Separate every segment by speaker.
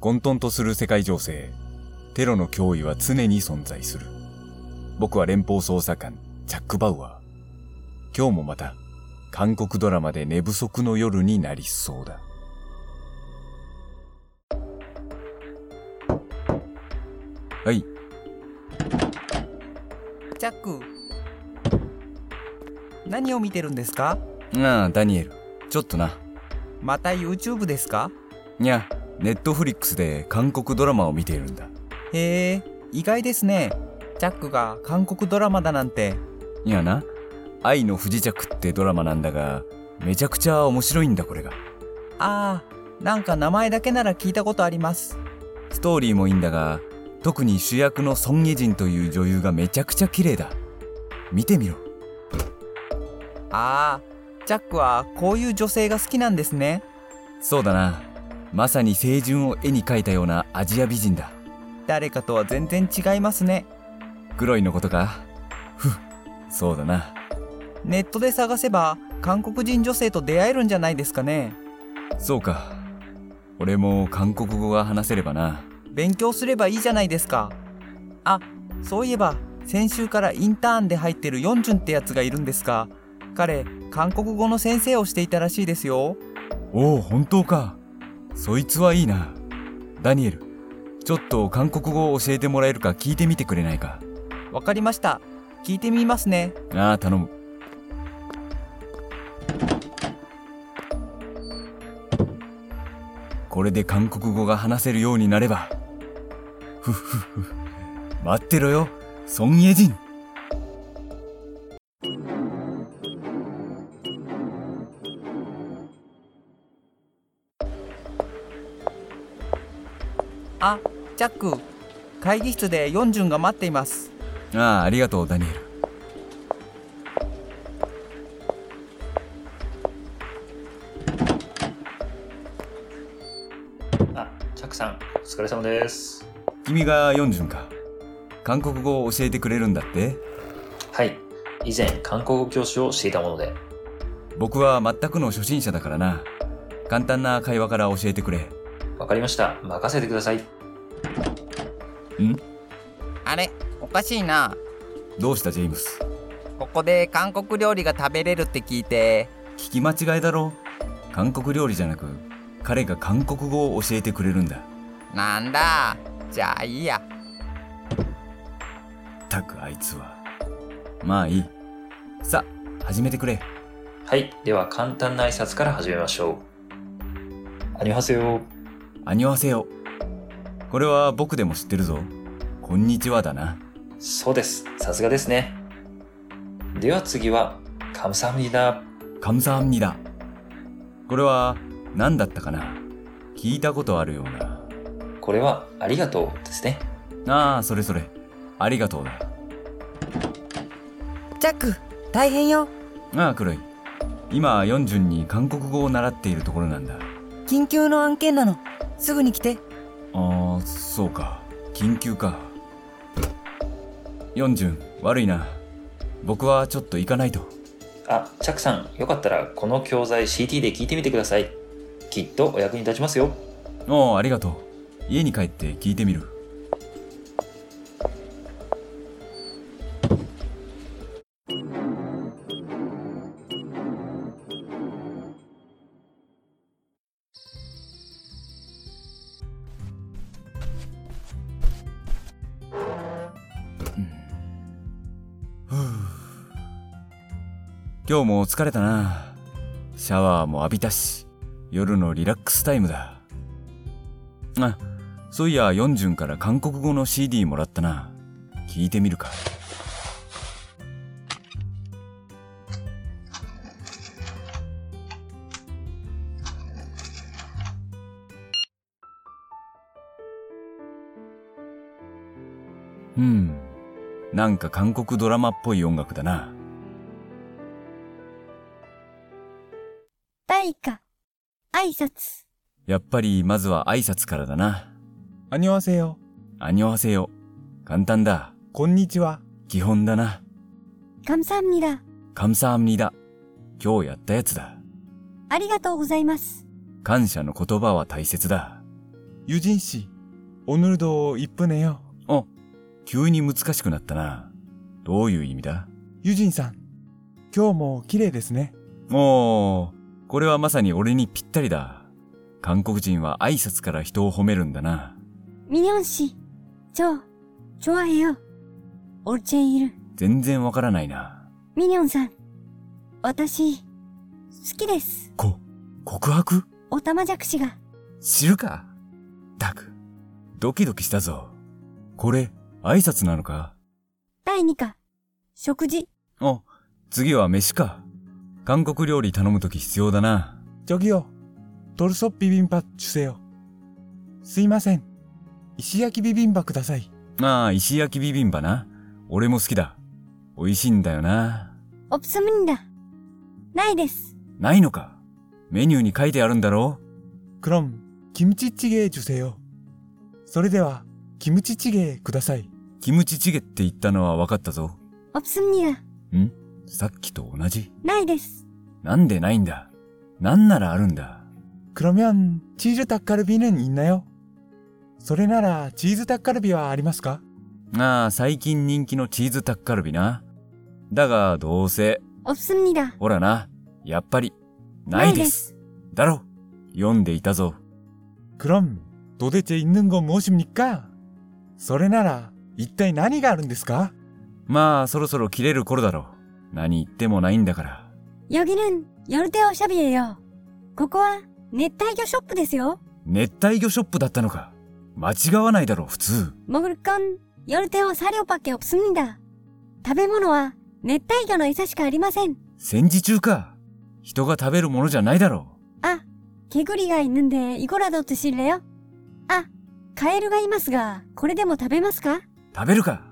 Speaker 1: 混沌とする世界情勢。テロの脅威は常に存在する。僕は連邦捜査官、チャック・バウアー。今日もまた、韓国ドラマで寝不足の夜になりそうだ。はい、
Speaker 2: ジャック何を見てるんですか
Speaker 1: なあ、ダニエル。ちょっとな。
Speaker 2: また YouTube ですか
Speaker 1: にゃ、ネットフリックスで韓国ドラマを見ているんだ。
Speaker 2: へえ意外ですねジャックが韓国ドラマだなんて
Speaker 1: いやな、愛の不時着ってドラマなんだが、めちゃくちゃ面白いんだこれが。
Speaker 2: ああなんか名前だけなら聞いたことあります
Speaker 1: ストーリーもいいんだが、特に主役のソン・イェジンという女優がめちゃくちゃ綺麗だ。見てみろ。
Speaker 2: ああジャックはこういう女性が好きなんですね
Speaker 1: そうだな。まさに青春を絵に描いたようなアジア美人だ。
Speaker 2: 誰かとは全然違いますね
Speaker 1: グロイのことかふっ、そうだな。
Speaker 2: ネットで探せば韓国人女性と出会えるんじゃないですかね
Speaker 1: そうか。俺も韓国語が話せればな。
Speaker 2: 勉強すればいいじゃないですかあそういえば先週からインターンで入ってるヨンジュンってやつがいるんですが彼韓国語の先生をしていたらしいですよ
Speaker 1: おお、本当か。そいつはいいな。ダニエル、ちょっと韓国語を教えてもらえるか聞いてみてくれないか。
Speaker 2: わかりました聞いてみますね
Speaker 1: ああ、頼む。これで韓国語が話せるようになれば。ふっふっふ。待ってろよ、ソン・イェジン。
Speaker 2: あジャック会議室でヨンジュンが待っています
Speaker 1: ああ、ありがとう、ダニエル。
Speaker 3: あ、チャックさん、お疲れ様です。
Speaker 1: 君がヨンジュンか。韓国語を教えてくれるんだって
Speaker 3: はい。以前、韓国語教師をしていたもので。
Speaker 1: 僕は全くの初心者だからな。簡単な会話から教えてくれ。
Speaker 3: わかりました。任せてください。
Speaker 1: ん
Speaker 2: あれおかしいな
Speaker 1: どうしたジェームス
Speaker 2: ここで韓国料理が食べれるって聞いて
Speaker 1: 聞き間違いだろ韓国料理じゃなく彼が韓国語を教えてくれるんだ
Speaker 2: なんだじゃあいいや
Speaker 1: ったくあいつはまあいいさ始めてくれ
Speaker 3: はい。では、簡単な挨拶から始めましょう。ありますよ。
Speaker 1: アニョハセヨこれは僕でも知ってるぞこんにちはだな
Speaker 3: そうです。さすがですね。では次は、カムサハムニダ。
Speaker 1: カムサハムニダこれは何だったかな聞いたことあるような
Speaker 3: これは、ありがとうですね。
Speaker 1: ああそれそれありがとうだ
Speaker 2: ジャック大変よ
Speaker 1: ああ黒い今ヨンジュンに韓国語を習っているところなんだ
Speaker 2: 緊急の案件なのすぐに来て
Speaker 1: ああそうか緊急かヨンジュン悪いな僕はちょっと行かないと
Speaker 3: あ、チャックさん、よかったら、この教材 CT で聞いてみてください。きっとお役に立ちますよ。
Speaker 1: おうありがとう家に帰って聞いてみるうんふう今日も疲れたなシャワーも浴びたし夜のリラックスタイムだあ、そういや、ヨンジュンから韓国語の CD もらったな。聞いてみるか。うん。なんか韓国ドラマっぽい音楽だな。
Speaker 4: 対価、挨拶、
Speaker 1: やっぱり、まずは挨拶からだな。アニョハセヨ。アニョハセヨ。簡単だ。こんにちは。基本だな。
Speaker 4: 감사합니다。
Speaker 1: 감사합니다 今日やったやつだ。
Speaker 4: ありがとうございます。
Speaker 1: 感謝の言葉は大切だ。友人誌、오늘도이쁘네요。あ、急に難しくなったな。どういう意味だ友人さん、今日も綺麗ですね。おー、これはまさに俺にぴったりだ。韓国人は挨拶から人を褒めるんだな。
Speaker 4: ミニョン氏、超、좋아해요。オルチェンいる。
Speaker 1: 全然わからないな。
Speaker 4: ミニョンさん、私、好きです。
Speaker 1: こ、告白
Speaker 4: おたまじゃくしが、
Speaker 1: 知るかったく、ドキドキしたぞ。これ、挨拶なのか
Speaker 4: 第2課、食事、
Speaker 1: あ、次は飯か。韓国料理頼むとき必要だな。저기요。トルソビビンパ주세요。すいません。石焼きビビンバください。ああ、石焼きビビンバな。俺も好きだ。美味しいんだよな。
Speaker 4: オプスムンダ。ないです。
Speaker 1: ないのか。メニューに書いてあるんだろ
Speaker 5: 그럼 김치찌개 해주세요.それでは、김치찌개 ください.
Speaker 1: キムチチゲって言ったのは分かったぞ。
Speaker 4: オプスムニダ。
Speaker 1: んさっきと同じ
Speaker 4: ないです。
Speaker 1: なんでないんだなんならあるんだ。
Speaker 5: 그러면 치즈 닭갈비는 있나요?それなら 치즈 닭갈비와 ありますか?
Speaker 1: ああ、最近人気のチーズタッカルビな。だが、どうせ、
Speaker 4: オプスムニダ。
Speaker 1: ほらな、やっぱり、ないです。だろ、読んでいたぞ。
Speaker 5: 그럼 도대체 있는 건 무엇입니까?それなら一体何가 あるんですか?
Speaker 1: まあ、そろそろ切れる頃だろう。何言ってもないんだから。
Speaker 4: 여기는열대어샵이에요。ここは熱帯魚ショップですよ。
Speaker 1: 熱帯魚ショップだったのか。間違わないだろう、普通。
Speaker 4: 먹을 건 열대어 사료밖에 없습니다.食べ物は熱帯魚の餌しかありません.
Speaker 1: 戦時中か。人が食べるものじゃないだろ
Speaker 4: 아, 개구리가 있는데 이거라도 드실래요? 아, 가에루가 いますが,これでも食べますか?
Speaker 1: う。食べるか。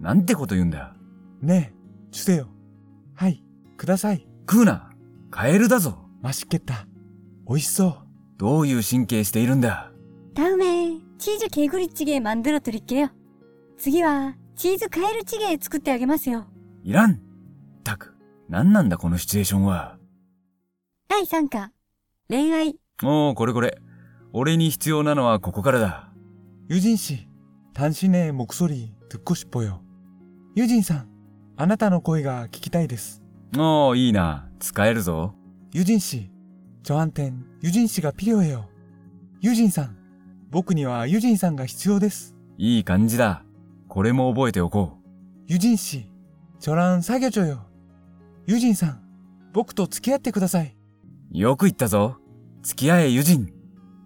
Speaker 1: なんてこと言うんだ。
Speaker 5: 네, 주세요. 하이,ください.
Speaker 1: 食うな。カエルだぞ。
Speaker 5: 맛있겠다. 맛있어.
Speaker 1: どういう神経しているんだ。
Speaker 4: 다음에 치즈 개구리찌개 만들어 드릴게요.次は 치즈 가에루찌개 作ってあげますよ.
Speaker 1: いらん。ったく、なんなんだこのシチュエーションは。
Speaker 4: 第3課,恋愛,
Speaker 1: おう、これこれ。俺に必要なのはここからだ。
Speaker 5: 유진 씨, 당신의 목소리 듣고 싶어요. 유진 상,あなたの声が聞きたいです.
Speaker 1: おー、いいな。使えるぞ。
Speaker 5: 유진 씨, 저한텐 유진 씨가 필요해요. 유진 상,僕には 유진 상가 必要です.
Speaker 1: いい感じだ。これも覚えておこ
Speaker 5: 유진 씨, 저랑 사귀어줘요. 유진 상,僕と付き合ってください.
Speaker 1: う。よく言ったぞ。付き合え、友人。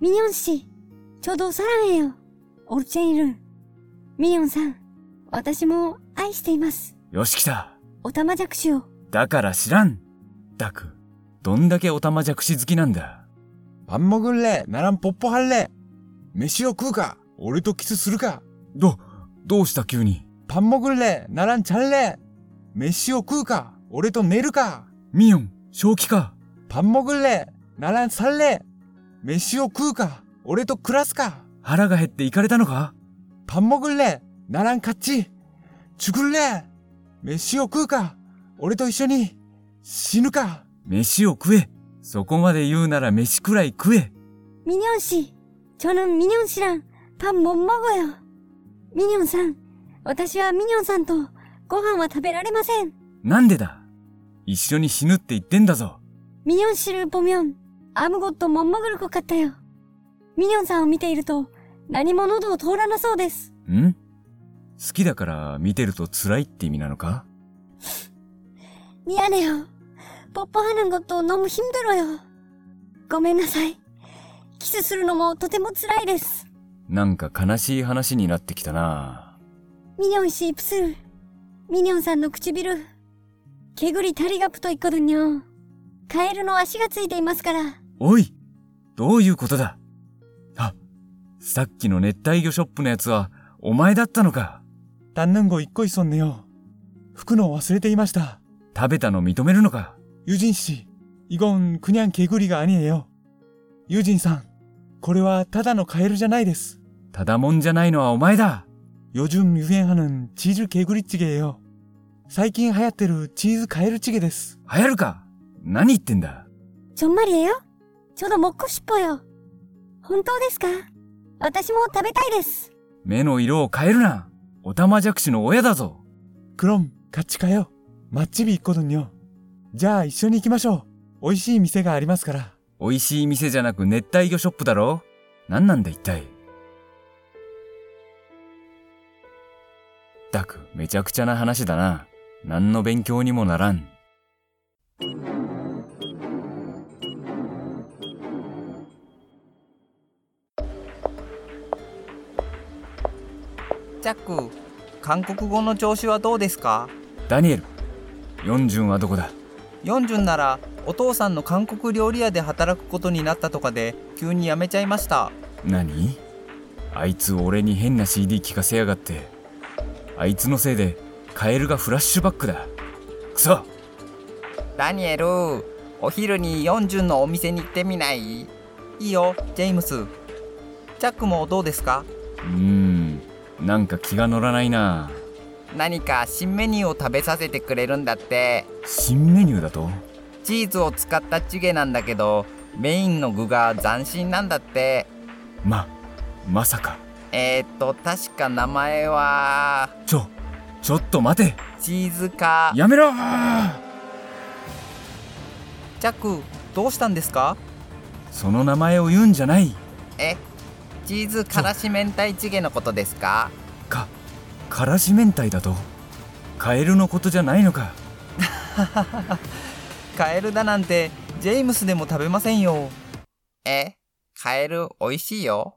Speaker 4: 미니언 씨, 저도 사랑해요. 올챙이를. 미니언 상,私も愛しています.
Speaker 1: よし来た。
Speaker 4: 오타마작시오.
Speaker 1: だから知らん。ったく、どんだけおたまじゃくし好きなんだ。
Speaker 5: 밥 먹을래? 나랑 뽀뽀할래? 메시오 쿠가? 오늘도 키스스루가?
Speaker 1: ど、どうした急に。
Speaker 5: 밥 먹을래? 나랑 잘래? 메시오 쿠가? 오늘도 내르가?
Speaker 1: ミヨン、正気か。
Speaker 5: 밥 먹을래? 나랑 살래? 메시오 쿠가? 오늘도 클라스가?
Speaker 1: 腹が減っていかれたのか
Speaker 5: 밥 먹을래? 나랑 같이 죽을래? 메시오 쿠가? 오늘도 一緒に死ぬか?
Speaker 1: 飯を食え。そこまで言うなら飯くらい食え。
Speaker 4: 미니언 씨, 저는 미니언 씨랑 밥 못 먹어요. 미니언 상,私は 미니언 상とご飯は食べられません.
Speaker 1: なんでだ一緒に死ぬって言ってんだぞ。
Speaker 4: 미니언 씨를 보면 아무것도 못 먹을 것 같아요. 미니언 상을 見ていると何も喉を通らなそうです.
Speaker 1: ん好きだから見てると辛いって意味なのか
Speaker 4: 미안해요. 뽀뽀하는 것도 너무 힘들어요.ごめんなさい. 키스するのもとても辛いです.
Speaker 1: なんか悲しい話になってきたな
Speaker 4: 미니언 씨 입술, 미니언 산の唇. 개구리 다리가 붙어 있거든요. 가에르의 아시가 ついていますから.
Speaker 1: おいどういうことだあ、さっきの熱帯魚ショップのやつはお前だったのか
Speaker 5: 닦는 거 잊고 있었네요.服の忘れていました.
Speaker 1: 食べたの認めるのか
Speaker 5: 유진 씨, 이건 그냥 개구리가 아니에요. 유진 상,これはただのカエルじゃないです.
Speaker 1: ただもんじゃないのはお前だ
Speaker 5: 요즘 유행하는 치즈 개구리찌개예요.最近流行ってるチーズカエルチゲです.
Speaker 1: 流行るか何言ってんだ
Speaker 4: ちょんまりえよ。ちょうどもっこしっぽよ。本当ですか私も食べたいです。
Speaker 1: 目の色を変えるなおたまじゃくしの親だぞ
Speaker 5: 그럼 같이 가요. 맛집이 있거든요. 자,一緒に行きましょう.美味しい店がありますから.
Speaker 1: 美味しい店じゃなく熱帯魚ショップだろ何なんだ一体ったくめちゃくちゃな話だな何の勉強にもならん
Speaker 2: チャック韓国語の調子はどうですか
Speaker 1: ダニエル四巡はどこだ
Speaker 2: 四順ならお父さんの韓国料理屋で働くことになったとかで急に辞めちゃいました
Speaker 1: 何あいつ俺に変な CD 聞かせやがってあいつのせいでカエルがフラッシュバックだくそ
Speaker 2: ダニエルお昼に四順のお店に行ってみないいいよジェームスチャックもどうですか
Speaker 1: うーんなんか気が乗らないな
Speaker 2: 何か新メニューを食べさせてくれるんだって
Speaker 1: 新メニューだと
Speaker 2: チーズを使ったチゲなんだけどメインの具が斬新なんだって
Speaker 1: ままさか
Speaker 2: えー、っと確か名前は
Speaker 1: ちょちょっと待て
Speaker 2: チーズか
Speaker 1: やめろ
Speaker 2: チャックどうしたんですか
Speaker 1: その名前を言うんじゃない
Speaker 2: えチーズからし明太チゲのことですか
Speaker 1: かからし明太だとカエルのことじゃないのか
Speaker 2: カエルだなんてジェームスでも食べませんよえカエル美味しいよ